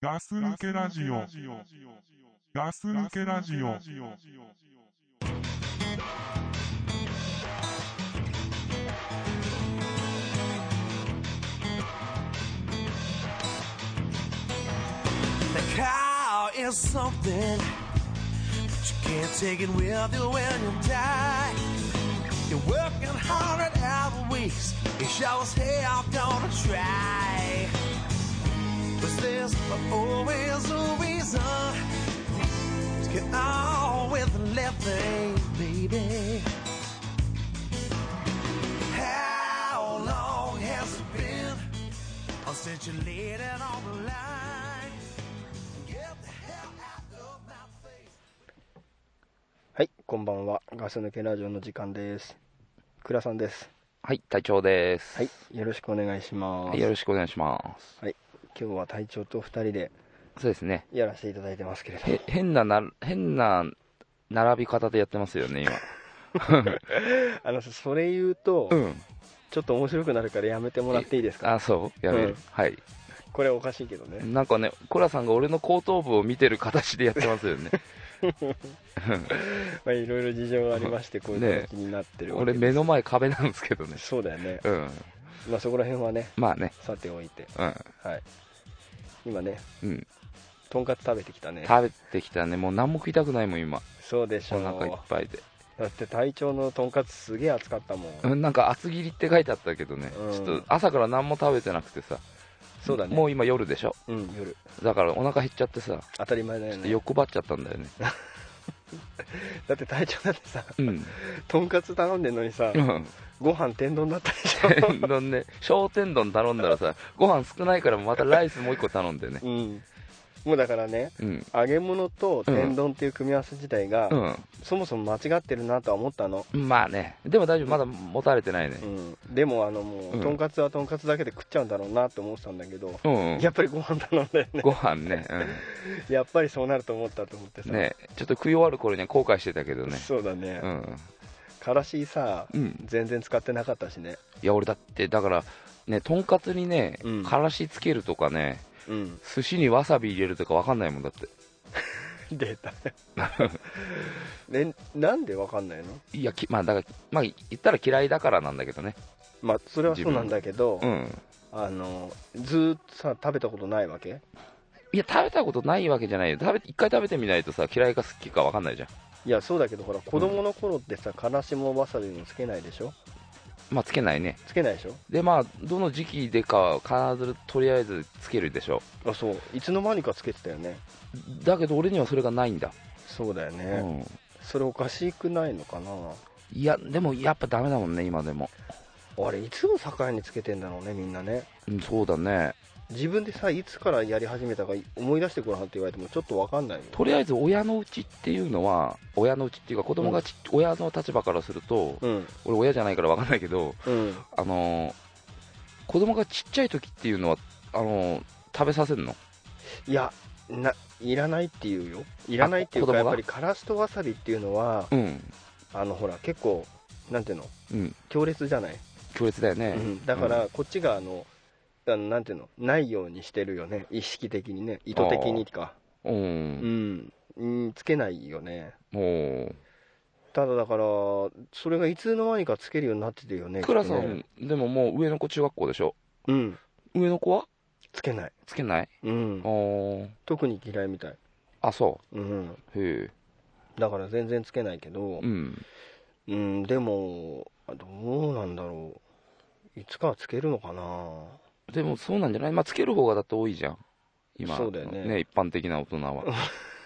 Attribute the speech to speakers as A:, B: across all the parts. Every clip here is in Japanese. A: ガス抜けラジオ。ガス抜けラジオ。
B: The car is something that you can't take it with you when you die. You're working hundred hour weeks. It shows hey, I'm gonna try. But there's always a reason to get on with living, baby. How long has it been since you laid it on the line? Get the hell out of my face.
C: はい、こんばんは。ガス抜けラジオの時間です。倉さんです。
D: はい、隊長です。
C: はい、よろしくお願いします。
D: はいよろしくお願いします。
C: 今日は隊長と2人で
D: そうですね。
C: やらせていただいてますけれども
D: へ、変なな、変な並び方でやってますよね、今。
C: あの、それ言うと、
D: うん。
C: ちょっと面白くなるからやめてもらっていいですか
D: あ、そうやめる。
C: うん
D: はい。
C: これおかしいけどね。
D: なんかね、コラさんが俺の後頭部を見てる形でやってますよね。
C: まあ、いろいろ事情がありまして、こういう形になってるわけ
D: 俺
C: です、
D: 目の前壁なんですけどね。
C: そうだよね。
D: うん。
C: まあ、そこら辺はね、
D: まあね。
C: さておいて。
D: うん。
C: はい。今ね、
D: うん。
C: とんかつ食べてきたね。
D: 食べてきたね。もう何も食いたくないもん、今。
C: そうでし
D: お
C: ょ
D: 腹いっ
C: う。
D: ぱいで。
C: だって隊長のとんかつすげえ熱かったもん。
D: うん、なんか厚切りって書いてあったけどね。
C: うん
D: ちょっと朝から何も食べてなくてさ。
C: そうだね。
D: もう今夜でしょ。
C: うん、夜。
D: だからお腹減っちゃってさ、
C: 当たり前だよね。
D: 欲張っちゃったんだよね。
C: だって隊長だってさ、
D: うん。
C: とんかつ頼んでんのにさ、
D: うん。
C: ご飯天丼だったでし
D: 天丼ね、小天丼頼んだらさ、ご飯少ないからまたライスもう一個頼んでね
C: ょ。。うん。もうだからね、
D: うん。
C: 揚げ物と天丼っていう組み合わせ自体が、そもそも間違ってるなとは思ったの。
D: うん。まあね。でも大丈夫、まだ持たれてないね
C: う。ん。でも、あのもう、
D: うん
C: とんかつはとんかつだけで食っちゃうんだろうなって思ってたんだけど、
D: うん。
C: やっぱりご飯頼んだよね。
D: ご飯ね。
C: やっぱりそうなると思ったと思って
D: う
C: さ。
D: ん。ねちょっと食い終わる頃には後悔してたけどね。
C: そうだね。
D: うん。
C: からしさ、
D: うん。
C: 全然使ってなかったしね。
D: いや、俺だって、だから、ね、とんかつにね
C: うん、
D: からしつけるとかね、
C: うん。
D: 寿司にわさび入れるとかわかんないもんだって。
C: 出 た。ね、なんでわかんないの
D: いや、きまあ、だから、まあ、言ったら嫌いだからなんだけどね。
C: まあ、それはそうなんだけど、
D: うん。
C: あのずーっとさ食べたことないわけ
D: いや、食べたことないわけじゃないよ。食べ、一回食べてみないとさ、嫌いか好きかわかんないじゃん。
C: いやそうだけどほら子供の頃ってさからしもわさびもつけないでしょ
D: まあ、つけないね。
C: つけないでしょ
D: でまあどの時期でかは必ずとりあえずつけるでしょ
C: あそういつの間にかつけてたよね
D: うだけど俺にはそれがないんだ、
C: そうだよね、
D: うん、
C: それおかしくないのか
D: いやでもやっぱダメだもんね今でも、
C: なあれいつを境につけてんだろうねみんなね
D: うん、そうだね
C: 自分でさいつからやり始めたか思い出してごらんって言われてもちょっとわかんないよ
D: とりあえず親のうちっていうのは親のうちっていうか子供がち、親の立場からすると
C: うん
D: 俺親じゃないから分かんないけど
C: うん
D: あのー子供がちっちゃい時っていうのはあのー食べさせるの
C: いやないらないっていうよいらないっていう
D: あ子
C: か
D: 供
C: や
D: が
C: っぱりからしとわさびっていうのは
D: うん
C: あのほら結構なんていうの
D: うん
C: 強烈じゃない
D: 強烈だよね、
C: うんだからこっちがあの、あのなんていうのないようにしてるよね意識的にね意図的にか
D: うん、
C: うん、うん、つけないよね
D: も
C: ただだからそれがいつの間にかつけるようになってるよね
D: う倉さ
C: きっとね
D: んでももう上の子中学校でしょ
C: うん
D: 上の子は
C: つけない
D: つけない
C: うん
D: あー
C: 特に嫌いみたい
D: あそ
C: うん
D: うへえ
C: だから全然つけないけど
D: うん
C: うん、でもどうなんだろういつかはつけるのかな
D: でもそうなんじゃないまあつける方がだって多いじゃん今
C: そうだよね
D: 一般的な大人は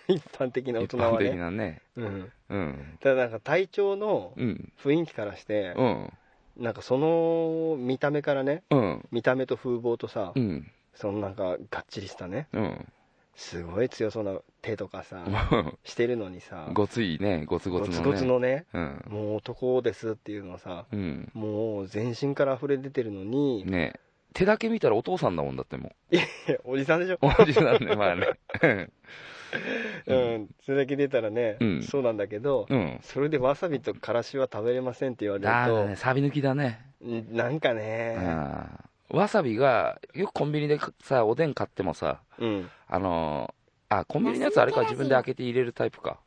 C: 一般的 な大
D: 一
C: 人は
D: 般的
C: ね、
D: なね
C: うん、
D: うん
C: ただなんか体調の
D: うん
C: 雰囲気からして、
D: うん
C: なんかその見た目からね
D: うん
C: 見た目と風貌とさ、
D: うん
C: そのなんかがっちりしたね
D: うん
C: すごい強そうな手とかさしてるのにさ
D: ごついねごつご
C: ゴ
D: つ
C: ツ
D: のね
C: ゴツのね
D: うん
C: もう男ですっていうのさ
D: うん
C: もう全身から溢れ出てるのに、
D: ね手だけ見たらお父さんだもんだっても
C: おじさんでしょ、
D: う同じなん でまあね
C: う
D: うんん
C: それだけ出たらね、
D: うん
C: そうなんだけど、
D: うん
C: それでわさびとからしは食べれませんって言われ
D: だめだ
C: る
D: ねサビ抜きだね
C: と、うんなんかね、
D: あわさびが、よくコンビニでさ、おでん買ってもさ、
C: うん。
D: あのーあ、コンビニのやつあれか、自分で開けて入れるタイプか。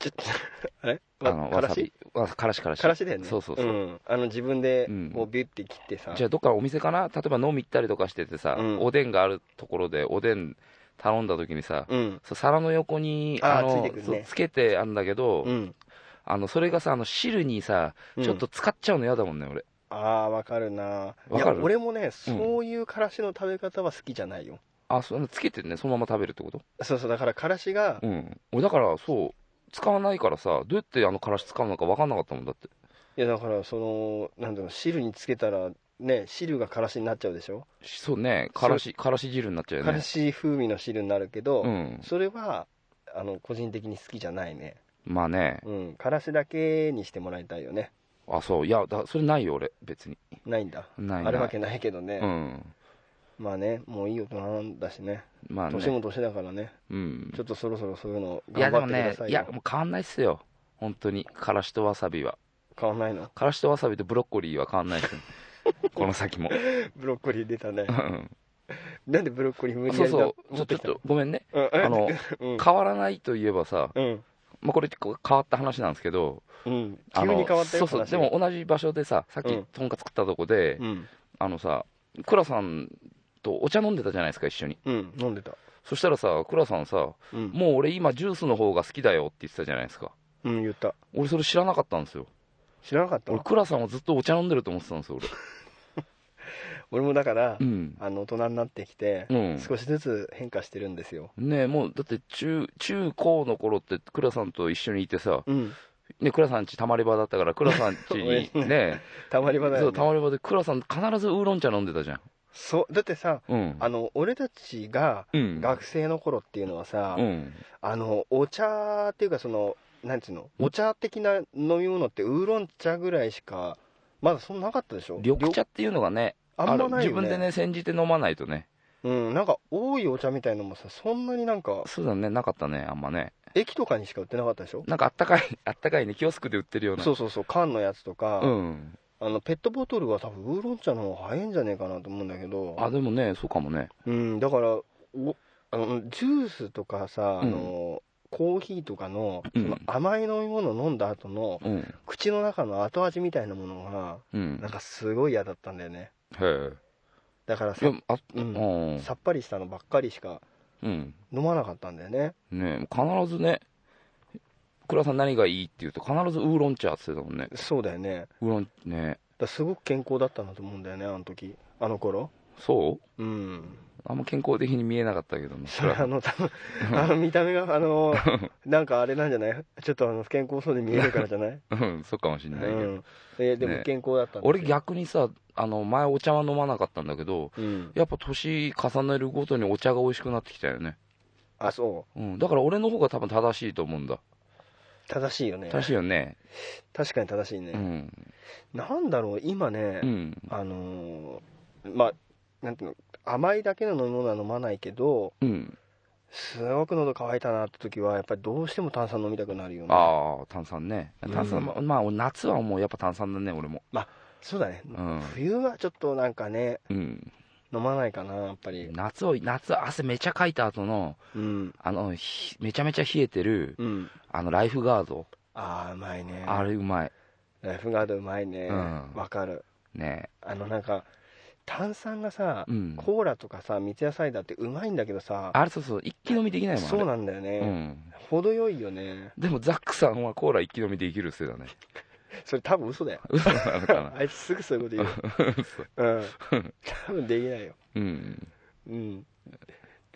C: ちょっと、 あれ
D: あの、
C: か
D: わ
C: ら
D: さ
C: し
D: び。わからしからし。
C: からしだよね。
D: そうそうそう。
C: んあの、自分で、
D: うん
C: こう、ビュッて切ってさ。
D: じゃあ、どっかお店かな例えば飲み行ったりとかしててさ、
C: うん
D: おでんがあるところで、おでん頼んだ時にさ、
C: うん。
D: そう皿の横に、
C: あー
D: あの
C: ついてくるね
D: そうつけてあんだけど、
C: うん。
D: あの、それがさ、あの、汁にさ、
C: うん
D: ちょっと使っちゃうの嫌だもんね、俺。
C: ああ、わかるな。い
D: わ
C: や、
D: かる
C: 俺もね、そういうからしの食べ方は好きじゃないよ。
D: あ、そう、つけてね、そのまま食べるってこと
C: そうそう、だからからしが、
D: うん。俺、だから、そう、使わないからさ、どうやってあの、からし使うのか分かんなかったもんだって。
C: いや、だから、その、なんだろう、汁につけたら、ね、汁がからしになっちゃうでしょ。
D: そうね、からし、からし汁になっちゃうよね。
C: からし風味の汁になるけど、
D: うん。
C: それは、あの、個人的に好きじゃないね。
D: まあね。
C: うん。からしだけにしてもらいたいよね。
D: あ、そう。いや、だそれないよ、俺、別に。
C: ないんだ。
D: ないない
C: あるわけないけど
D: う
C: ね。
D: ん。
C: まあね、もういい大人だしね。
D: まあ
C: 年
D: ね。
C: も年だからね。
D: うん
C: ちょ。っとそろそろそういうの
D: いや、
C: 頑
D: で
C: 張っ
D: も
C: てくださ、
D: ね
C: い
D: い
C: よ。
D: や、もう変わんないっすよ。本当に。からしとわさびは。
C: 変わんないの。
D: からしとわさびとブロッコリーは変わんないっすよ。この先も。
C: ブロッコリー出たね
D: う。ん
C: なんでブロッコリー無理
D: そ
C: や
D: う
C: りだ
D: そう。ち
C: 持っ
D: ょちょ
C: て
D: っ
C: きた
D: と、ごめんね。
C: うん
D: あの、
C: うん
D: 変わらないといえばさ、
C: うん
D: まあ、これ、こう変わった話なんですけど、
C: うん
D: あ
C: 急
D: の
C: に変わったよ
D: そうそう、
C: 話
D: でも同じ場所でさ、さっ
C: う
D: き
C: ん、
D: とんかつ食ったとこで、
C: うん
D: あのさ、倉さんとお茶飲んでたじゃないですか、一緒に。
C: うん飲んでた
D: そしたらさ、倉さんさ、
C: うん
D: もう俺今ジュースの方が好きだよって言ってたじゃないですか。
C: うん言った
D: 俺それ知らなかったんですよ。
C: 知らなかった
D: 俺、倉さんはずっとお茶飲んでると思ってたんですよ、俺。
C: 俺もだから
D: うん。
C: あの大人になってきて
D: うん。
C: 少しずつ変化してるんですよ
D: ねえ、もう、だって中、中高の頃って倉さんと一緒にいてさ、
C: うん
D: ね、倉さんち溜まり場だったから、倉さん ちに
C: 俺
D: ね、
C: たまり場だ
D: そ
C: よ
D: う、溜
C: ね
D: まり場で倉さん必ずウーロン茶飲んでたじゃん。
C: そうだってさ
D: うん。
C: あの俺たちが
D: うん。
C: 学生の頃っていうのはさ
D: うん。
C: あのお茶っていうかそのなんつうのお茶的な飲み物ってウーロン茶ぐらいしかまだそんななかったでしょ
D: 緑茶っていうのがね、
C: あんまない
D: 自
C: よね
D: 分でね、煎じて飲まないとね。
C: うん、なんか多いお茶みたいのもさ、そんなになんか、
D: そうだね、なかったね、あんまね。
C: 駅とかにしか売ってなかったでしょ
D: なんかあったかい、あったかいね、キオスクで売ってるような。
C: そうそうそう、缶のやつとか、
D: うん。
C: あのペットボトルは多分ウーロン茶の方が早いんじゃねえかなと思うんだけど、
D: あ、でもね、そうかもね。
C: うん、だから、おあのジュースとかさ、あのコーヒーとかの
D: う
C: そ
D: ん
C: の甘い飲み物飲んだ後の、
D: うん。
C: 口の中の後味みたいなものが、
D: うん。
C: なんかすごい嫌だったんだよね。
D: へえ。
C: だから
D: い
C: さ
D: や、、あ、
C: う
D: うんん。
C: さっぱりしたのばっかりしか
D: うん。
C: 飲まなかったんだよね。
D: ね必ずね、倉さん何がいいって言うと、必ずウーロン茶って言ってたもんね。
C: そうだよね。
D: ウーロン、ね
C: だからすごく健康だったなと思うんだよねあの時あの頃
D: そう
C: うん
D: あんま健康的に見えなかったけどね。
C: それ あの多分あの見た目があのなんかあれなんじゃないちょっとあの不健康そうに見えるからじゃない、
D: うん、そうかもしん
C: う
D: ないけど。
C: ん、えでも
D: ね
C: 健康だったんですよ
D: 俺逆にさ、あの、前お茶は飲まなかったんだけど、
C: うん
D: やっぱ年重ねるごとにお茶が美味しくなってきたよね。
C: あそう
D: うん。だから俺の方が多分正しいと思うんだ。
C: 正しいよね
D: 正しいよね。
C: 確かに正しいうね、
D: ん。
C: なんだろう今ね、
D: うん。
C: あのーまあなんていうの甘いだけの飲み物は飲まないけど
D: うん。
C: すごく喉乾いたなって時はやっぱりどうしても炭酸飲みたくなるよね
D: ああ、炭酸ね。
C: うん
D: 炭酸、まあ、夏はもうやっぱ炭酸だね、俺も。
C: そうだね、
D: うん
C: 冬はちょっとなんかね
D: うん。
C: 飲まないかなやっぱり
D: 夏を、夏汗めちゃかいた後の、
C: うん
D: あの、ひめちゃめちゃ冷えてる、
C: うん
D: あの、ライフガード。
C: ああうまいね
D: あれうまい。
C: ライフガードうまいね
D: う
C: わ
D: ん、
C: かる
D: ね
C: あのなんか炭酸がさ、
D: うん。
C: コーラとかさ三ツ矢サイダーってうまいんだけどさ
D: あれそうそう、一気飲みできないもんあれ
C: そうなんだよ
D: う
C: ね、
D: ん。
C: 程よいよね
D: でもザックさんはコーラ一気飲みできるせい だね。
C: それ多分嘘だよ
D: 嘘なのかな。
C: あいつすぐそういうこと言 うよ、うん、多分できないよ
D: うん。
C: うんだ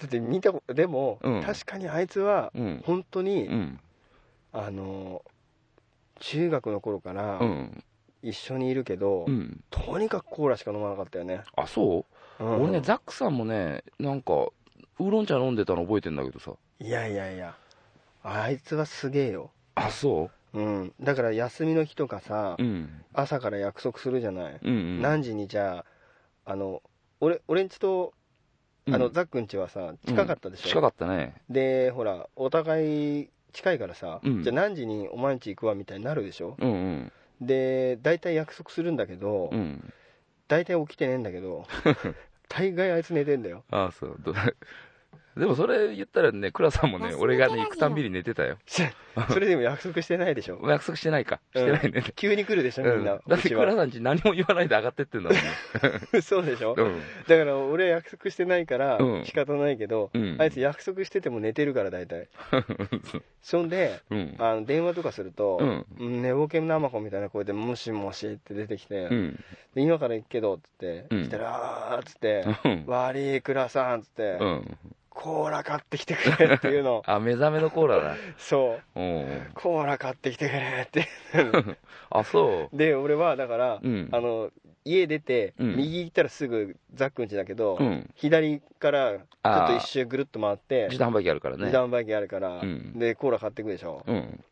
C: って見たことでも、
D: うん
C: 確かにあいつは
D: うん。
C: 本当に、
D: うん。
C: あの中学の頃から
D: うん。
C: 一緒にいるけど、
D: うん。
C: とにかくコーラしか飲まなかったよね、
D: あ、そう
C: うん
D: 俺ね、ザックさんもね、なんか、ウーロン茶飲んでたの覚えてんだけどさ。
C: いやいやいやあいつはすげえよ
D: あ、そ
C: うんだから休みの日とかさ、
D: ううん。
C: 朝から約束するじゃない、
D: うんうん。
C: 何時にじゃああの俺俺んちとあの、
D: うん
C: ザックんちはさ近かったでしょ、
D: 近かったね。
C: でほらお互い近いからさ、
D: うん
C: じゃあ何時にお前んち行くわみたいになるでしょ
D: うんうん。
C: で大体約束するんだけど、
D: うん。
C: 大体起きてねえんだけ ど大概あいつ寝てんだよ
D: ああそうど でもそれ言ったらね倉さんもね
E: 忘れて
D: 俺がね
E: ラジオ
D: 行くたんびに寝てたよ
C: それでも約束してないでしょ
D: お約束してないかしてないね、
C: 急に来るでしょ
D: う
C: み
D: ん
C: んな、
D: だっ
C: うち
D: て倉
C: は
D: さんち何も言わないで上がってってん だもんね
C: そうでしょ
D: うん
C: だから俺約束してないから
D: うん
C: 仕方ないけど、
D: うん
C: あいつ約束してても寝てるから大 体そんで
D: うん
C: あの電話とかすると、
D: うん
C: 寝ぼけなまこみたいな声で「もしもし」って出てきて「
D: うん
C: で今から行くけど」っつって「
D: うん
C: 来たら」っつって
D: う
C: 「
D: ん
C: 悪い倉さん」っつって、
D: うん
C: コーラ買ってきてくれ」っていう の
D: あ目覚めのコーラだ
C: そう
D: うん
C: 「コーラ買ってきてくれ」って
D: あそ
C: で俺はだから、
D: うん
C: あの家出て、
D: うん
C: 右行ったらすぐザックんちだけど、
D: ううん
C: 左からちょっ
D: あ
C: と
D: ー
C: 一周ぐるっと回って
D: 自動販売機あるから
C: 自
D: ね
C: 動販売機あるから、
D: うん
C: でコーラ買ってくでしょ、
D: うん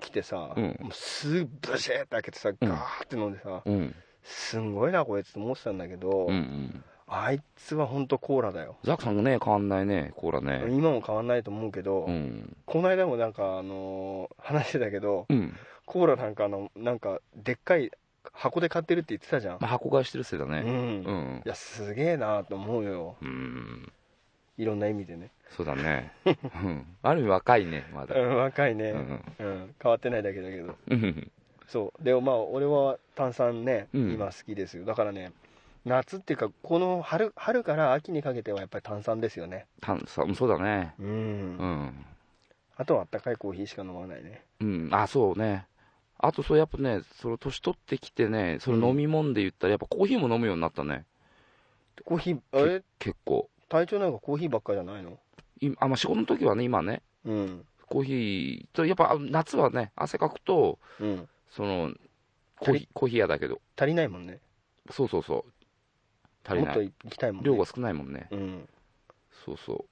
C: 起きてさ、
D: うん
C: もうすぐブシーって開けてさガーって飲んでさ、
D: うん
C: すんごいなこいつと思ってたんだけど、
D: うんうん
C: あいつは本当コーラだよ、
D: ザックさんもね変わんないねコーラね
C: 今も変わんないと思うけど、
D: うん
C: この間もなんかあのー話してたけど
D: うん
C: コーラなんかあのなんかでっかい箱で買ってるって言ってたじゃん、
D: まあ箱買いしてるせいだ
C: う
D: ね
C: ん
D: う
C: い
D: ん
C: やすげえなと思うよ
D: うん
C: いろんな意味でね、
D: そう だねうんある意味若いねま
C: う
D: だ
C: ん、若いね、
D: うん
C: うん、変わってないだけだけど
D: うん
C: そうでもまあ俺は炭酸ね
D: うん
C: 今好きですよ、だからね夏っていうかこの春春から秋にかけてはやっぱり炭酸ですよね
D: 炭酸そうだね
C: うん、
D: うん
C: あとはあったかいコーヒーしか飲まないね
D: うんあそうねあとそうやっぱねその年取ってきてねその飲み物で言ったらやっぱコーヒーも飲むようになったね
C: コーヒーあれ
D: 結構
C: 体調なんかコーヒーばっかじゃないの
D: いあまあ仕事の時はね今ね
C: うん
D: コーヒーとやっぱあ夏はね汗かくと
C: うん
D: そのコーヒーコーヒー屋だけど
C: 足りないもんね
D: そうそうそう足り
C: も
D: な
C: っと
D: い
C: 行きたいもんね
D: 量が少ないもんね
C: うん
D: そうそ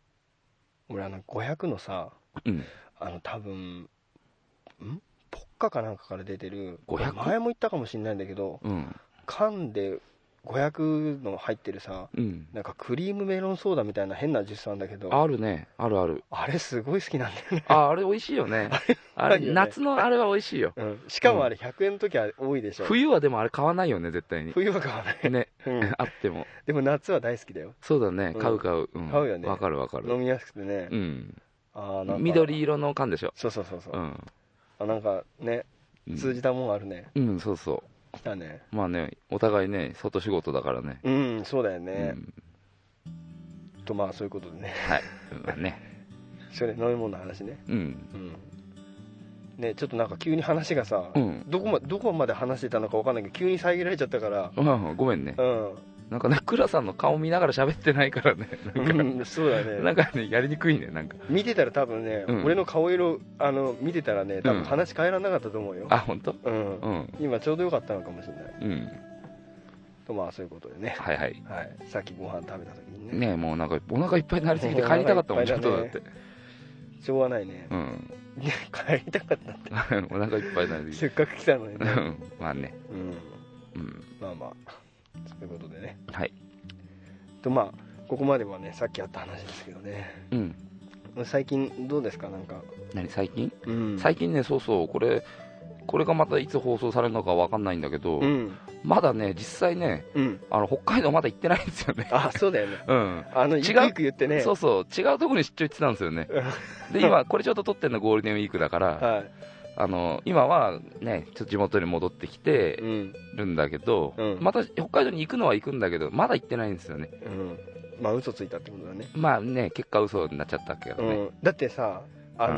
C: 俺あの500のさ
D: ううん
C: あの多分んポッカかなんかから出てる
D: 500
C: 前も言ったかもしれないんだけど
D: うん
C: 缶で500の入ってるさ
D: うん
C: なんかクリームメロンソーダみたいな変なジュースなんだけどあ
D: あるねあるある
C: れすごい好きなんだよね、
D: ああれ美味しいよねあ
C: うまい
D: れ
C: よね
D: 夏のあれは美味しいよ
C: うん、しかもあれ100円の時は多いでしょ、
D: 冬はでもあれ買わないよね絶対に
C: 冬は買わない、
D: ね
C: うん、
D: あっても
C: でも夏は大好きだよ
D: そうだね
C: うん
D: 買う買う
C: 買うよね
D: わかるわか
C: 飲
D: る
C: みやすくてね、
D: うん
C: あーなんか
D: 緑色の缶でしょ
C: そうそうそうそうう、
D: ん
C: あなんかね
D: うん
C: 通じたもんあるね、
D: うんそうそ
C: 来たね
D: うまあねお互いね外仕事だからね
C: うんそうだよ
D: う
C: ね、
D: ん
C: とまあそういうことでね
D: はいまあね
C: それ飲み物の話ね
D: うん
C: うんねちょっとなんか急に話がさ、
D: うん
C: どこまどこまで話してたのかわかんないけど急に遮られちゃったから
D: うんごめんね
C: うん
D: なんかね倉さんの顔見ながら喋ってないからねなんか
C: うんそうだ
D: な
C: ね
D: んかねやりにくいねなんか
C: 見てたら多分ね、
D: うん
C: 俺の顔色あの見てたらね多
D: う
C: 分
D: ん
C: 話変えられなかったと思うよ
D: あ、本当
C: うん
D: うん
C: 今ちょうどよかったのかもしれない
D: うん
C: とまあそういうことでね、
D: はいはい
C: はい、さっきご飯食べた時にね
D: ねえもうなんかお腹いっぱいになりすぎて帰りたかったもん
C: お
D: ち
C: 腹
D: ょ
C: い
D: っ
C: っぱいだ
D: とだ
C: ね
D: って
C: しょうがないね
D: うん
C: ね帰りたかったって
D: お腹いっぱいになりすぎて
C: せっかく来たのに
D: う
C: ね、
D: んまあね
C: うん、
D: うん
C: まあまあそういうことでね
D: はい
C: とまあここまではねさっきあった話ですけどね
D: うん
C: 最近どうですかなんか、
D: 何最近
C: うん、
D: 最近ねそうそうこれこれがまたいつ放送されるのかわかんないんだけど、
C: うん
D: まだね実際ね
C: うん
D: あの北海道まだ行ってないんですよね
C: あ そうだよね
D: うん
C: あの
D: 違う
C: ゆくゆく言ってね
D: そうそう違うとこに出張行ってたんですよねで今これちょっと撮ってんのゴールデンウィークだから
C: は
D: あの今はねちょっと地元に戻ってきて
C: いうん
D: るんだけど、
C: うん
D: また北海道に行くのは行くんだけどまだ行ってないんですよね
C: うんまあ嘘ついたってことだね
D: まあね結果嘘になっちゃったけどね
C: うん、だってさあ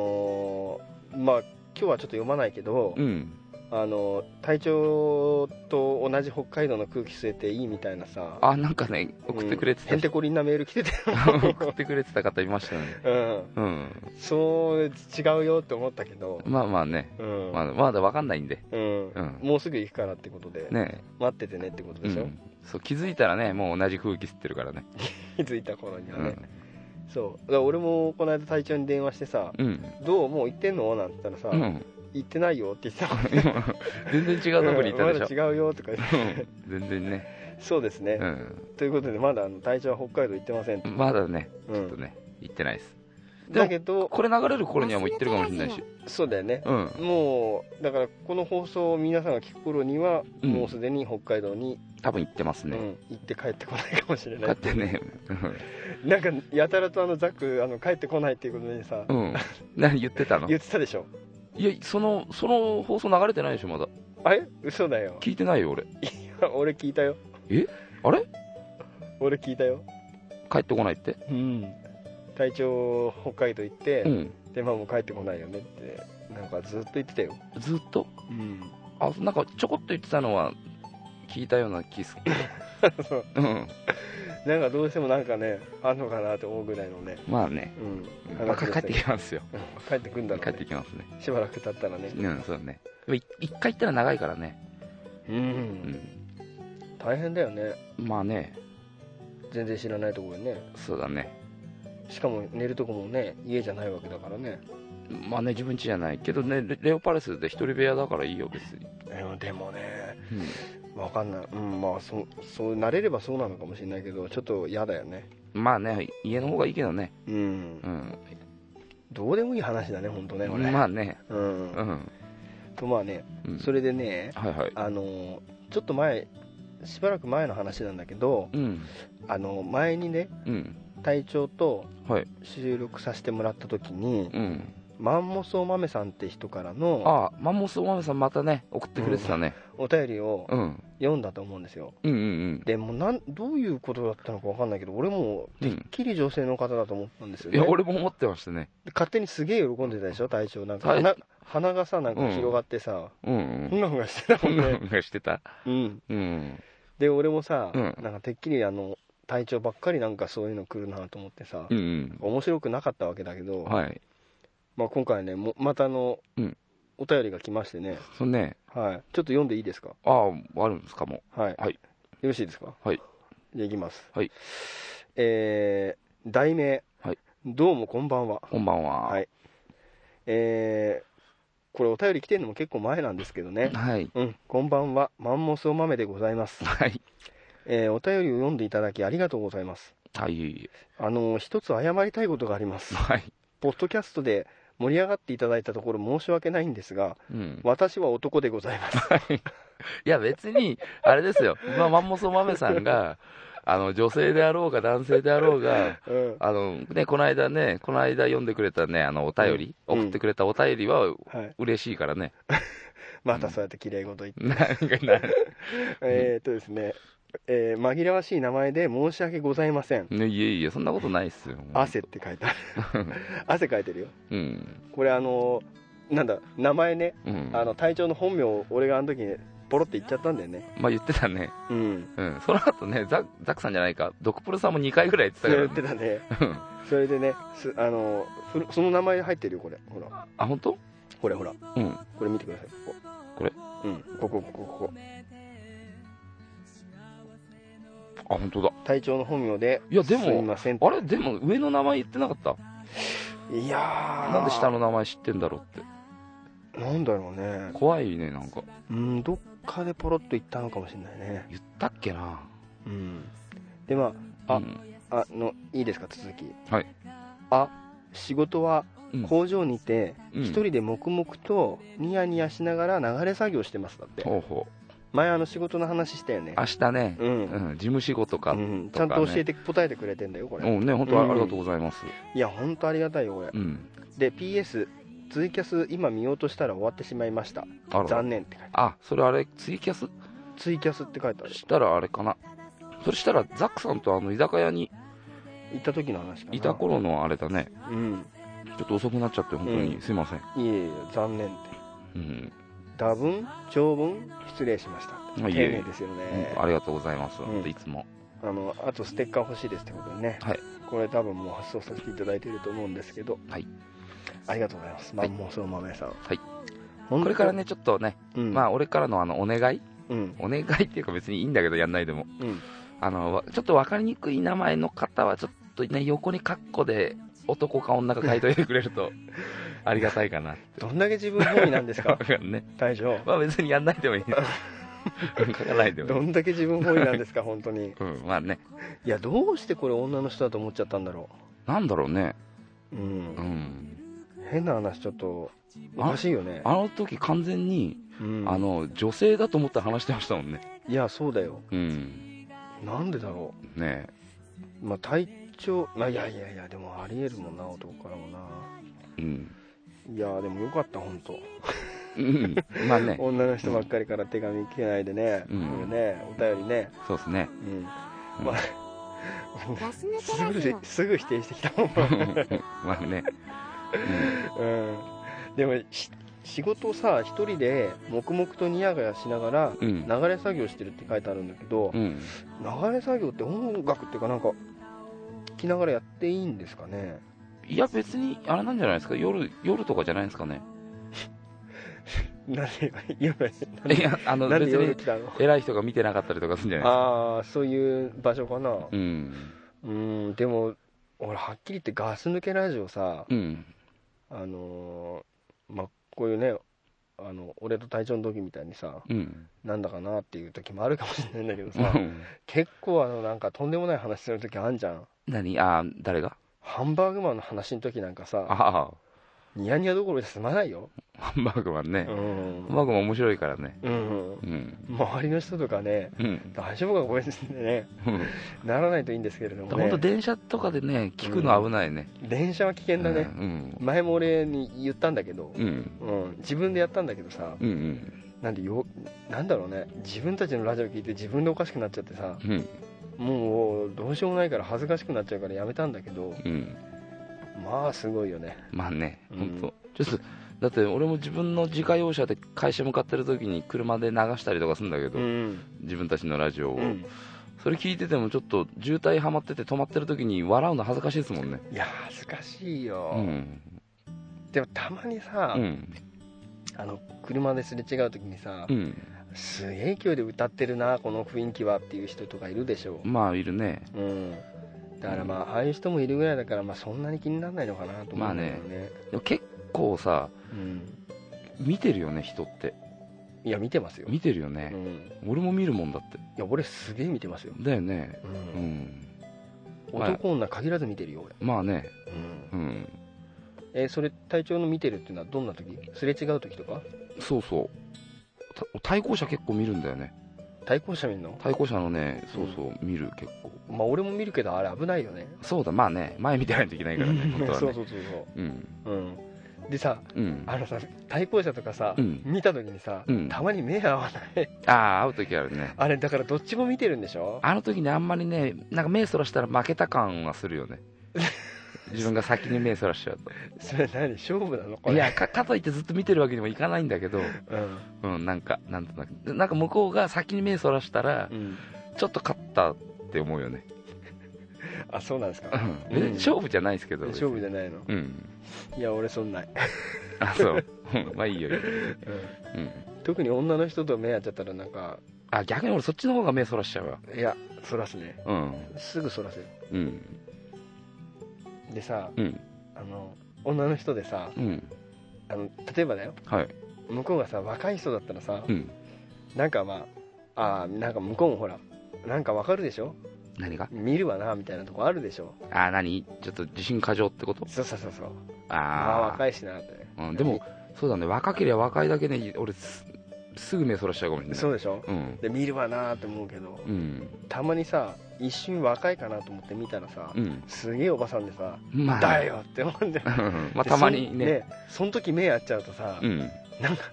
C: のーまあ今日はちょっと読まないけど、
D: うん
C: あの体調と同じ北海道の空気吸えていいみたいなさ
D: あなんかね送ってくれて
C: うんへんて
D: た、
C: こりんなメール来て た
D: 送ってくれてた方いましたね
C: よ、
D: うん
C: うん、そう違うよって思ったけど、
D: まあまあね
C: うん
D: まだまだわかんないんで
C: うん
D: うん
C: もうすぐ行くからってことで、
D: ね
C: 待っててねってこと
D: う
C: でしょ、
D: ん、そう気づいたらねもう同じ空気吸ってるからね
C: 気づいた頃に
D: う
C: はね、
D: ん
C: そうだから俺もこの間隊長に電話してさ
D: うん、
C: 「どうもう行ってんの?」なんて言ったらさ「
D: うん、
C: 行ってないよ」って言ってたもんね
D: 今全然違うとこにいた でし
C: うんまだ違うよとか言って
D: ょ、うん、全然ね、
C: そうですね、
D: うん、
C: ということでまだあの隊長は北海道行ってませんと、
D: まだね
C: う
D: ちょっと
C: ん
D: ね行ってないですでも
C: だけど
D: これ流れる頃にはもう行ってるかもしれないし。
C: そうだよね
D: うん。
C: もうだからこの放送を皆さんが聞く頃には、
D: うん
C: もうすでに北海道に、
D: 多分行ってます
C: うん
D: ね。
C: 行って帰ってこないかもしれ
D: だ
C: な
D: っ
C: い
D: てね、
C: なんかやたらとあのザックあの帰ってこないっていうことにさ、
D: うん。うん何言ってたのい
C: 言ってたでしょ
D: や、その、その放送流れてないでしょ、まだ。
C: あれ嘘だよ
D: 聞いてないよ、俺。
C: 俺聞いたよ
D: あれ
C: 俺聞いたよ
D: 帰ってこないって。
C: うん隊長北海道行って、
D: うん。
C: でまあもう帰ってこないよねってなんかずっと言ってたよ
D: ずっと。
C: うん
D: あ、なんかちょこっと言ってたのは、聞いたような気する。
C: そう
D: うん。
C: なんかどうしてもなんかねあんのかなと思うぐらいのね
D: まあね。
C: うん
D: バカ帰って
C: き
D: きますよ。
C: 帰ってくんだろ
D: 帰
C: う、
D: って
C: ね、
D: きますね。
C: しばらく経ったらね
D: うん、そうね。でもい一回行ったら長いからね。
C: うん、
D: うん。
C: 大変だよね
D: まあね、
C: 全然知らないところにね
D: そうだね。
C: しかも寝るとこもね家じゃないわけだからね、
D: まあね、自分家じゃないけどね、レレオパレスで一人部屋だからいいよ、別に。
C: うん、でもね
D: うん
C: わかんないうんまあそそう慣れればそうなのかもしれないけどちょっと嫌だよね
D: まあね、家の方がいいけどね。
C: うん
D: うん。
C: どうでもいい話だね本当ねこれ、
D: まあね、
C: うん
D: うん。
C: とまあね
D: うん
C: それでね
D: はいはい。
C: あのちょっと前しばらく前の話なんだけど
D: うん。
C: あの前にね
D: うん。
C: 隊長と
D: はい
C: 収録させてもらった時に、
D: うん。
C: マンモスお豆さんって人からの
D: ああ、マンモスお豆さんまたね、送ってくれてたね。
C: お便りを
D: うん。
C: 読んだと思うんですよ
D: うんうん
C: でもうなんどういうことだったのかわかんないけど俺も
D: うん。うん。
C: きり女性の方だと思ったんですよ、
D: い
C: ね、
D: や、俺も思ってましたね。
C: で勝手にすげえ喜んでたでしょ隊長なんか
D: 隊
C: 鼻鼻がさなんか広がってさ、
D: うんう
C: ふ
D: ん。
C: んがふがしてた
D: こ
C: もん
D: んな
C: ね、
D: のがしてた。
C: うん、
D: うん。
C: で俺もさ、
D: うん
C: なんかてっきりあの隊長ばっかりなんかそういうの来るなと思ってさ、
D: うん
C: 面白くなかったわけだけ
D: う
C: ど、
D: ん。はい。
C: まあ、今回ねもまたあの、
D: うん
C: お便りが来ましてね、
D: そのね、
C: はい、ちょっと読んでいいですか
D: ああ、あるんですか、も
C: はい、
D: はい
C: よろしいですか
D: はい
C: じゃあいきます
D: はい
C: えー題名、
D: はい
C: どうもこんばんは
D: う。こんばんは。
C: はいえーこれお便り来てるのも結構前なんですけどね
D: はい。
C: うんこんばんはマンモスお豆でございます、
D: はい。
C: えーお便りを読んでいただきありがとうございます
D: はい。いえい
C: あの一つ謝りたいことがありま
D: え
C: す
D: はい。
C: ポッドキャストで盛り上がっていただいたところ申し訳ないんですが
D: うん。
C: 私は男でござい ます
D: いや、別に、あれですよ。まあ、マンモスお豆さんが、あの、女性であろうが男性であろうが、
C: うん
D: あの、ね、この間ね、この間読んでくれたね、あの、お便り、
C: うん
D: 送ってくれたお便りは、
C: はい、
D: 嬉しいからね。
C: またそうやって綺麗事言って、
D: なんかな、
C: えーっとですね、えー紛らわしい名前で申し訳ございません
D: ね、いえいえ、そんなことないっすよ。
C: 汗って書いてある 汗書いてるよ
D: うん。
C: これあのなんだ名前ね
D: うん。
C: あの隊長の本名を俺があの時にポロって言っちゃったんだよね
D: まあ、言ってたね。
C: うん
D: うん。その後ね、ザザクさんじゃないか、ドクプロさんも2回ぐらい言って
C: そ
D: た
C: れ
D: か
C: 言
D: ら、
C: って
D: ね。
C: たね
D: うん
C: それでねすあのふその名前入ってるよこれほら
D: あ、本当？
C: ほらほら
D: うん。
C: これ見てくださいここ
D: これ
C: うんここここここ
D: あ、本当だ。
C: 隊長の本名で
D: いや、です
C: い
D: も、
C: ません
D: あれでも、上の名前言ってなかった
C: いやー
D: なんで下の名前知ってんだろうって。
C: なんだろうね
D: 怖いね、なんか。
C: うんどっかでポロッと言ったのかもしれないね
D: 言ったっけな
C: うんでまああ、
D: うん
C: あのいいですか続き
D: はい
C: あ仕事は
D: うん
C: 工場にて
D: うん
C: 一人で黙々とニヤニヤしながら流れ作業してますだって
D: ほうほ
C: 前あの仕事の話したよね
D: う。明日ね、
C: うん
D: うん、事務仕事か。
C: うんちゃ
D: と
C: ん
D: かね
C: と教えて答えてくれてんだよこれ
D: うんね、本当
C: うん
D: ありがとうございます。
C: いや本当ありがたいよこれ
D: うん。
C: で PS ツイキャス今見ようとしたら終わってしまいました
D: あら。
C: 残念って書いてある
D: あ、それあれ、ツイキャス
C: ツイキャスって書いてある
D: したらあれかな。それしたら、ザックさんとあの、居酒屋に
C: 行った時の話かない
D: た頃のあれだね。
C: うん
D: ちょっと遅くなっちゃって、本当に。
C: うん
D: すいません。
C: いえいえ残念って
D: うん。
C: 多分長文失礼しました
D: あ
C: 丁
D: いえいえ
C: 寧ですよね
D: うんありがとうございます。
C: ん
D: 本当いつも。
C: あのあとステッカー欲しいですってことでね、
D: はい
C: これ多分もう発送させていただいていると思うんですけど、
D: はい
C: ありがとうございますマ
D: はい
C: ンモスお豆さん
D: はいこれから、ね、ちょっとね、
C: 本当うん、
D: まあ、俺からのあの、お願い
C: うん
D: お願いっていうか別にいいんだけど、やんないでも。
C: うん
D: あの、わちょっと分かりにくい名前の方は、ちょっとね、横にカッコで男か女か書いといてくれると、ありがたいかなって。
C: どんだけ自分本位なんですか
D: わかんね。
C: 大 将
D: まあ別にやんない でもいい。書かないでも
C: ど
D: いい。
C: んだけ自分本位なん ですか本当に
D: うん、まあね。
C: いやどうしてこれ女の人だと思っちゃったんだろ
D: なんだろうね。
C: うう、
D: うんん、
C: 変な話ちょっとおかしいよね
D: あの時完全に、
C: うん
D: あの女性だと思って話してましたもんね、
C: いやそうだよ
D: うん、
C: なんでだろ
D: ね
C: うまあ体調まあいやいやいやでもありえるもんな男からもな
D: え、うん、
C: いやでもよかった本当
D: うん、まあ ね、
C: 女の人ばっかりから手紙来ないでね、
D: うん
C: これねお便りね
D: そうですね、
C: うん
D: うん
C: まあすぐですすぐ否定してきたもん、
D: まあね、
C: うん、でもし仕事をさ一人で黙々とニヤがやしながら
D: うん、うん、
C: 流れ作業してるって書いてあるんだけど、
D: うん、
C: 流れ作業って音楽っていうかなんか聞きながらやっていいんですかね
D: いや、別にあれなんじゃないですか、夜夜とかじゃないですかね、
C: なんで今
D: いや、あの
C: なん
D: 別
C: で夜
D: に
C: 来たの
D: 偉い人が見てなかったりとかするんじゃない
C: ああそういう場所かな
D: ですか、うん、
C: うんでも俺はっきり言ってガス抜けラジオさ
D: うん、
C: あのーまあこういうねあの俺と隊長の時みたいにさ
D: うん、
C: なんだかなっていう時もあるかもしれないんだけど
D: う
C: さ
D: ん、
C: 結構あのなんかとんでもない話する時あんじゃん
D: 何、あー誰が
C: ハンバーグマンの話の時なんかさ
D: あ
C: ニヤニヤどころじゃ済まないよ
D: あ、ハンバーグマンね
C: う、ん
D: ハンバーグマン面白いからね、
C: うん
D: うん、
C: 周りの人とかね
D: うん、
C: 大丈夫かこれですね
D: うん。
C: ならないといいんですけれども
D: 本当
C: ね
D: 電車とかでね聞くの危ないね、
C: 電車は危
D: う
C: 険だね
D: ん
C: 前も俺に言ったんだけど
D: うんうん
C: うん自分でやったんだけどさ
D: うんうん
C: なんでよなんだろうね自分たちのラジオ聞いて自分でおかしくなっちゃってさ
D: うん
C: もうどうしようもないから恥ずかしくなっちゃうからやめたんだけど
D: うん
C: まあすごいよね
D: まあね
C: うん
D: 本当ちょっとだって俺も自分の自家用車で会社向かってる時に車で流したりとかするんだけど、
C: ん、
D: 自分たちのラジオを、
C: うん、
D: それ聞いててもちょっと渋滞はまってて止まってる時に笑うの恥ずかしいですもんね
C: いや恥ずかしいうよ、
D: ん
C: でもたまにさ、
D: うん
C: あの車ですれ違う時にさ、
D: うん
C: すげえ勢いで歌ってるなこの雰囲気はっていう人とかいるでしょ
D: まあいるね
C: う、ん、だからまあああいう人もいるぐらいだから、まあ、そんなに気にならないのかなと思うんだよね,、
D: でも結構さ
C: うん、
D: 見てるよね人って
C: いや見てますよ、
D: 見てるよ
C: う
D: ね、
C: ん、
D: 俺も見るもんだって
C: いや俺すげえ見てますよ、
D: だよね
C: うん
D: うん
C: 男女限らず見てるよ
D: まあね
C: 俺、うん
D: うん
C: えーそれ体調の見てるっていうのはどんな時すれ違う時とか
D: そうそうた対向車結構見るんだよね
C: 対向車見るの
D: 対向車のねそうそう見る結構
C: まあ俺も見るけどあれ危ないよね
D: そうだまあね前見てないといけないからね本当は
C: そう
D: ね
C: そうそう
D: うん
C: そううんでさ
D: うん
C: あのさ対向車とかさ、
D: うん
C: 見た時にさ、
D: うん
C: たまに目合わない
D: ああ会う時あるね
C: あれだからどっちも見てるんでしょ
D: あの時ねあんまりねなんか目そらしたら負けた感はする よね自分が先に目そらしちゃう
C: それ何勝負なのことれ
D: い やかかといってずっと見てるわけにもいかないんだけど
C: うん、
D: うんなんかなんとなくなんか向こうが先に目そらしたら
C: うん、
D: ちょっと勝ったって思うよね、
C: あそうなんですか
D: うん、
C: うん
D: 別に勝負じゃないですけど
C: 勝負じゃないの
D: うん
C: いや俺そんない、
D: あそううんまあいいよいいよ
C: うん
D: うん
C: 特に女の人と目合っちゃったらなんか
D: あ逆に俺そっちの方が目そらしちゃうわ
C: いやそらすね
D: うん
C: すぐそらせる
D: うん
C: でさ
D: うん
C: あの女の人でさ
D: うん
C: あの例えばだよ
D: はい
C: 向こうがさ若い人だったらさ
D: うん
C: なんかまああーなんか向こうもほらなんかわかるでしょ
D: 何が
C: 見るわなみたいなとこあるでしょ
D: あ何ちょっと自信過剰ってこと
C: そうそうそうそうああ
D: あ
C: 若いしなって
D: あ、うん、でもそうだね若ければ若いだけね俺すすぐ目そらしちゃうかもしれない
C: そう
D: う
C: でしょ
D: ん
C: で見るわなーって思うけど
D: うん
C: たまにさ一瞬若いかなと思って見たらさ
D: うん
C: すげえおばさんでさ「
D: まあ
C: だよ!」って思うんだよ
D: うん まあ
C: で
D: たまにね
C: そんその時目合っちゃうとさ
D: うん
C: なんか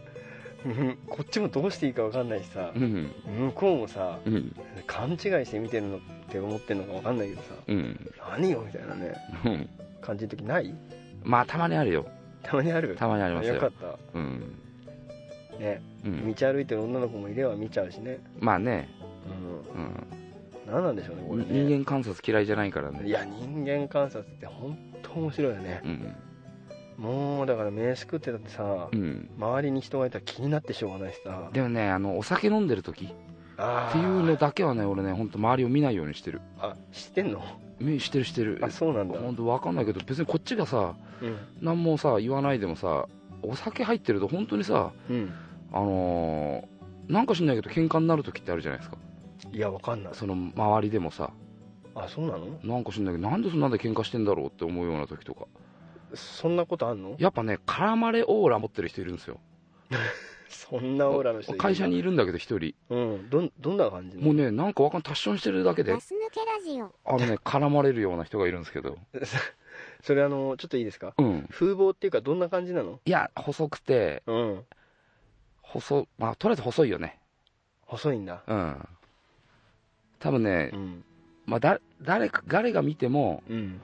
C: うんこっちもどうしていいか分かんないしさ
D: うん
C: 向こうもさ
D: うん
C: 勘違いして見てるのって思ってるのか分かんないけどさ
D: うん
C: 何よみたいなね
D: うん
C: 感じの時ない
D: まあたまにあるよ
C: たまにある
D: たまにありますよ
C: よかった
D: うん
C: ね
D: うん
C: 道歩いてる女の子もいれば見ちゃうしね
D: まあね、
C: うん
D: うん、
C: 何なんでしょうねこれね
D: 人間観察嫌いじゃないからね
C: いや人間観察って本当面白いよね
D: うん
C: もうだから飯食ってたってさ
D: うん
C: 周りに人がいたら気になってしょうがないしさ
D: でもねあのお酒飲んでる時
C: あー
D: っていうのだけはね俺ね本当周りを見ないようにしてる
C: あ知ってんの
D: 目してるしてる
C: あそうなんだ
D: 本当わかんないけど別にこっちがさ
C: うん
D: 何もさ言わないでもさお酒入ってると本当にさ
C: うん
D: あのーなんか知んないけど喧嘩になる時ってあるじゃないですか
C: いやわかんない
D: その周りでもさ
C: あそうなの
D: なんか知んないけどなんでそんなんで喧嘩してんだろうって思うような時とか
C: そんなことあんの
D: やっぱね、絡まれオーラ持ってる人いるんですよ。
C: そんなオーラの人いる
D: 会社にいるんだけど、一人。
C: うんどんどんな感じなの
D: もうね、なんかわかんない、タッションしてるだけで
E: ガ、ス抜けラジオ
D: あのね、絡まれるような人がいるんですけど。
C: それあのちょっといいですか
D: うん。
C: 風貌っていうかどんな感じなの
D: いや、細くて、
C: うん
D: 細、まあ、とりあえず細いよね。
C: 細いんだ
D: うん。多分ね
C: う、ん
D: まあ、だ、誰か、誰が見ても、
C: うん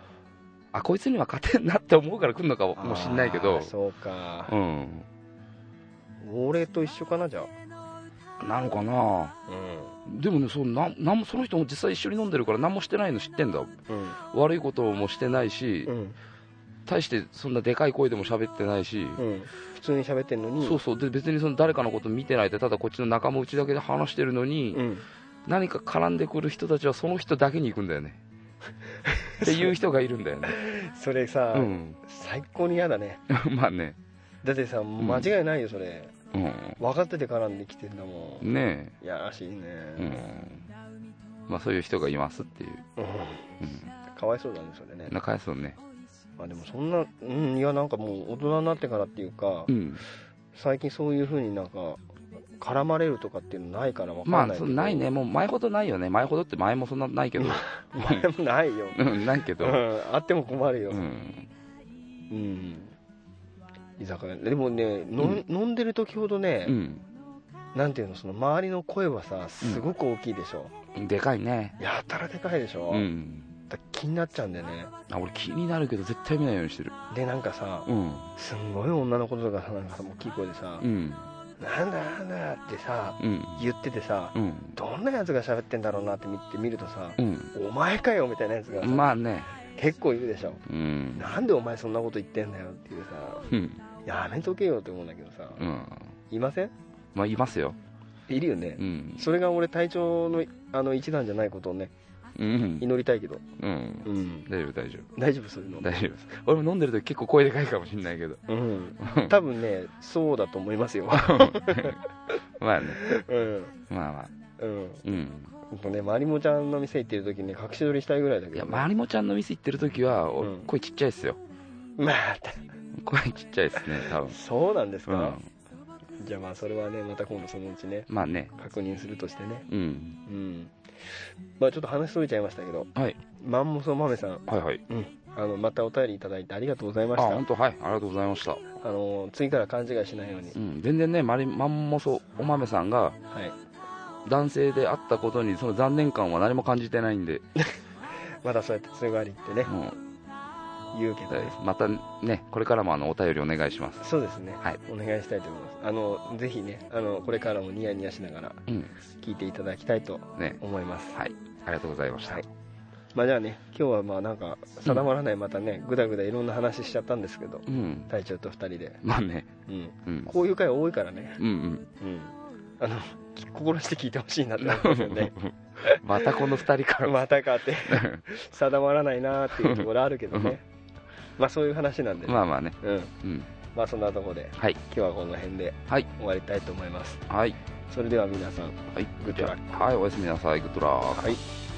D: あ、こいつには勝てんなって思うから来るのかももしんないけ
C: あ
D: ど
C: ー、そうか
D: うん。
C: 俺と一緒かなじゃ
D: なのかな
C: あうん
D: でもね、そうなんなんもその人も実際一緒に飲んでるから何もしてないの知ってんだ。
C: うん
D: 悪いこともしてないし、
C: うん
D: 大してそんなでかい声でも喋ってないし、
C: うん普通に喋ってんのに
D: そうそうで別にその誰かのこと見てないでただこっちの仲間内だけで話してるのに、
C: うん
D: 何か絡んでくる人たちはその人だけに行くんだよ ねっていう人がいるんだよね、
C: それさ、
D: うん、
C: 最高に嫌だね
D: まあね、
C: だってさもう間違いないよそれ、
D: う
C: 分かってて絡んできてんだもん、
D: ん、ね
C: いやらしいね、
D: え、うんまあ、そういう人がいますっていう、
C: うん
D: うん、
C: かわいそうだねそれね
D: 仲良そうね、
C: まあでもそんなうんいやなんかもう大人になってからっていうか、
D: うん、
C: 最近そういうふうになんか絡まれるとかっていうのないから分か
D: ま
C: んな
D: あ
C: いけ
D: そ
C: ど、
D: うないねもう前ほどないよね前ほどって前もそんなないけど、
C: 前もないよ、
D: うん、ないけ
C: う
D: ど、
C: ん、あっても困るよ、
D: うん、
C: うん居酒屋でもね、の飲んでる時ほどね、
D: うん、
C: なんていうのその周りの声はさすごく大きいでしょ、
D: でかいね
C: やたらでかいでしょ、
D: うん
C: だから気になっちゃうんだよね
D: あ俺気になるけど絶対見ないようにしてる
C: でなんかさ
D: うん
C: すんごい女の子とかさなんかさ大きい声でさ
D: う、ん
C: なんだなんだってさ
D: うん
C: 言っててさ、
D: うん
C: どんなやつが喋ってんだろうなって見てみるとさ、
D: うん
C: お前かよみたいなやつがさ、
D: まあね
C: 結構いるでしょ
D: うん
C: なんでお前そんなこと言ってんだよっていうさ
D: うん
C: やめとけよって思うんだけどさ、
D: うん
C: いません
D: まあいますよ
C: いるよね
D: う、ん
C: それが俺体調のあの一段じゃないことをね
D: うん
C: 祈りたいけど、
D: うん
C: うん、
D: 大丈夫大丈
C: 大丈夫そういうの
D: 夫大丈夫です俺も飲んでる時結構声でかいかもしんないけど
C: うん多分ねそうだと思いますよ
D: まあね
C: うん
D: まあまあ
C: うん
D: うん
C: ほんとねまりもちゃんの店行ってる時に隠し撮りしたいぐらいだけ
D: い
C: ど
D: や
C: ね、
D: まりもちゃんの店行ってる時は俺
C: うん
D: 声ちっちゃいっすよ
C: また
D: 声ちっちゃいっす ね多分
C: そうなんです
D: う
C: か、
D: ん
C: じゃあまあそれはねまた今度そのうちね
D: まあね
C: 確認するとしてね
D: うん
C: うんまあちょっと話しとれちゃいましたけど
D: はい
C: マンモスお豆さん、
D: はいはい
C: うん、あのまたお便りいただいてありがとうございま
D: あ
C: した
D: 本当はいありがとうございました
C: あの次から勘違いしないように
D: うん全然ねまりまんもそお豆さんが
C: はい
D: 男性であったことにその残念感は何も感じてないんで、
C: まだそうやって強がりってね
D: もう
C: 言うけど
D: 大丈夫
C: ね
D: ですまたね、これからもあのお便りお願いします。
C: そうですね、
D: はい
C: お願いしたいと思いますあのぜひねあのこれからもニヤニヤしながら
D: うん、
C: 聞いていただきたいと
D: ね、
C: 思います、
D: はい、ありがとうございました。
C: はいまあじゃあね今日はまあなんか定まらないまたねぐだぐだいろんな話しちゃったんですけど
D: うん、
C: 隊長と2人で、
D: まあね、
C: うん、
D: うん、
C: こういう回多いからね、
D: うん、うん、
C: うん、あのき心して聞いてほしいなって思いますよ ね
D: またこの二人か ら、
C: またかって定まらないなーっていうところあるけどねまあそういう話なんで、ね
D: まあまあね、
C: うん、
D: うん、
C: まあそんなところで
D: はい、
C: 今日はこの辺で
D: はい、
C: 終わりたいと思います
D: はい、
C: それでは皆さん
D: はい、
C: グッドラッ
D: はい、おやすみなさい、グッドラック。
C: はい